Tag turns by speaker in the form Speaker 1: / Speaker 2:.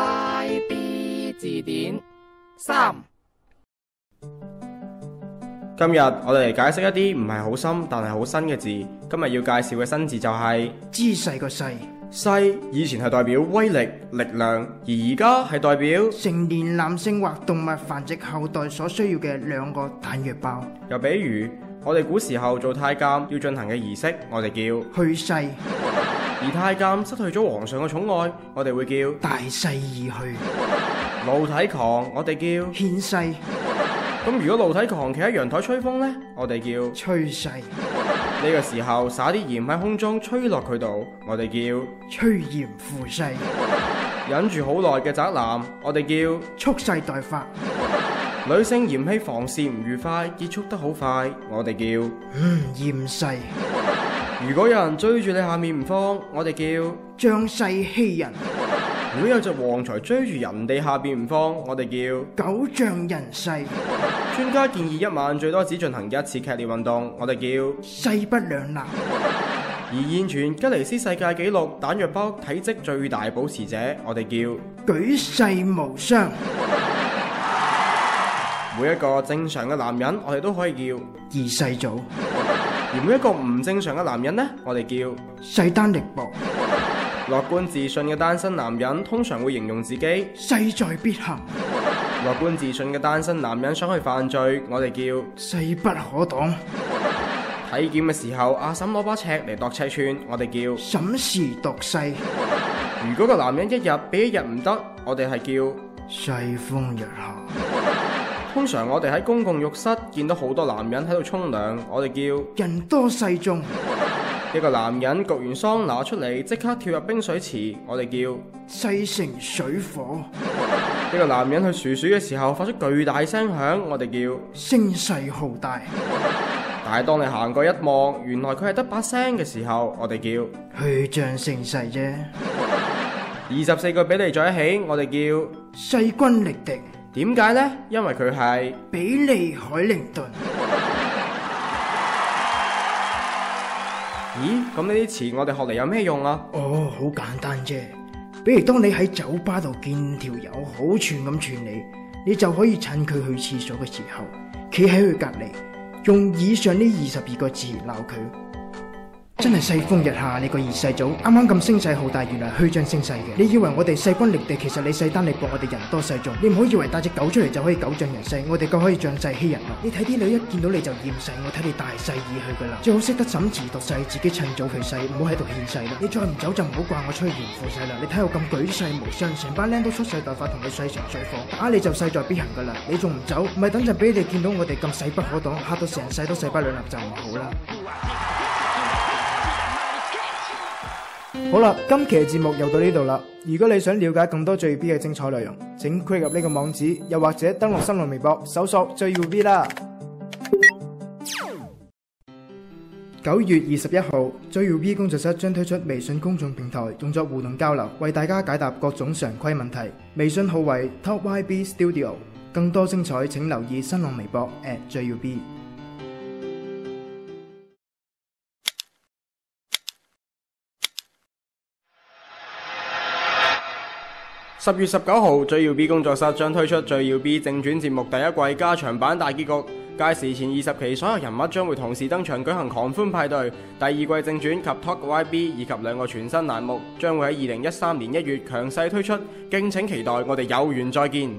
Speaker 1: YB 字典三。
Speaker 2: 今日我哋嚟解釋一啲唔係好深但係好新嘅字。今日要介紹嘅新字就係、
Speaker 3: 姿勢個勢，
Speaker 2: 勢，以前係代表威力、力量，而而家係代表
Speaker 3: 成年男性或動物繁殖後代所需要嘅兩個彈藥包，
Speaker 2: 又比如我哋古時候做太監要進行嘅儀式，我哋叫；
Speaker 3: 去勢
Speaker 2: 而太監失去咗皇上嘅寵愛，我哋會叫；
Speaker 3: 大勢而
Speaker 2: 露體狂，我哋叫。
Speaker 3: 去，顯勢
Speaker 2: 咁如果露體狂企喺陽台吹風呢，我哋叫。
Speaker 3: 吹勢，
Speaker 2: 呢個時候灑啲鹽喺空中吹落佢度，我哋叫。
Speaker 3: 趨炎附勢，
Speaker 2: 忍住好耐嘅宅男，我哋叫。
Speaker 3: 蓄勢待發，
Speaker 2: 女性嫌棄房事唔愉快，結束得好快，我哋叫。
Speaker 3: 嗯，厭勢，
Speaker 2: 如果有人追住你下面唔放，我哋叫。
Speaker 3: 仗勢欺人，
Speaker 2: 如果有隻旺財追住人哋下邊唔放，我哋叫。
Speaker 3: 狗仗人勢，
Speaker 2: 專家建議一晚最多只進行一次劇烈運動，我哋叫。
Speaker 3: 勢不兩立，
Speaker 2: 而現存吉尼斯世界紀錄彈藥包體積最大保持者，我哋叫。
Speaker 3: 舉世無雙，
Speaker 2: 每一個正常嘅男人，我哋都可以叫；
Speaker 3: 二世祖，
Speaker 2: 而每一個唔正常嘅男人呢，我哋叫。
Speaker 3: 勢單力薄，
Speaker 2: 樂觀自信嘅單身男人通常會形容自己；
Speaker 3: 勢在必行，
Speaker 2: 樂觀自信嘅單身男人想去犯罪，我哋叫。
Speaker 3: 勢不可擋，
Speaker 2: 體檢嘅時候，阿嬸攞把尺嚟度尺寸，我哋叫。
Speaker 3: 審時度勢，
Speaker 2: 如果個男人一日比一日唔得，我哋係叫。
Speaker 3: 世風日下。
Speaker 2: 通常我哋喺公共浴室見到好多男人喺度沖涼，我哋
Speaker 3: 人多勢眾，
Speaker 2: 叫。一個男人焗完桑拿出嚟，即刻跳入冰水池，我哋叫。
Speaker 3: 勢成水火，
Speaker 2: 一個男人去樹鼠嘅時候發出巨大聲響，我哋叫；
Speaker 3: 聲勢浩大，
Speaker 2: 但係當你行過一望，原來佢係得把聲嘅時候，我哋叫；
Speaker 3: 去象盛世啫。
Speaker 2: 二十四個比例在一起，我哋叫。
Speaker 3: 勢均力敵，
Speaker 2: 點解呢？因為佢係。
Speaker 3: 比利海靈頓，
Speaker 2: 咦？咁呢啲詞我哋學嚟有咩用啊？
Speaker 3: 哦，好簡單啫。比如當你喺酒吧度見條友好串咁串你，你就可以趁佢去廁所嘅時候，企喺佢隔離，用以上呢二十二個字鬧佢。真係世風日下，你個二世祖啱啱咁聲勢浩大，原來虛張聲勢嘅。你以為我哋勢均力敵，其實你勢單力薄，我哋人多勢眾。你唔好以為帶只狗出嚟就可以狗仗人勢，我哋夠可以仗勢欺人啦。你睇啲女一見到你就厭世，我睇你大勢已去噶啦。最好識得審時度勢，自己趁早去勢，唔好喺度獻勢啦。你再唔走就唔好怪我吹賢附勢啦。你睇我咁舉世無雙，成班僆都出世代法同你勢成水火，打你就勢在必行噶啦。你仲唔走，咪等陣俾你哋見到我哋咁勢不可擋，嚇到成世都勢不兩立就唔好啦。好啦，今期嘅節目又到呢度啦。如果你想了解更多最 B 嘅精彩內容，請 click 入呢個網址，又或者登錄新浪微博搜索最耀 B 啦。九月二十一號，最耀 B 工作室將推出微信公眾平台，用作互動交流，為大家解答各種常規問題。微信號為 Top YB Studio，更多精彩請留意新浪微博 at 最耀 B。
Speaker 2: 十月十九號，最耀 B 工作室將推出最耀 B 正傳節目第一季加長版大結局。屆時前二十期所有人物將會同時登場舉行狂歡派對。第二季正傳及 Talk YB 以及兩個全新欄目將會喺二零一三年一月強勢推出，敬請期待。我哋有緣再見。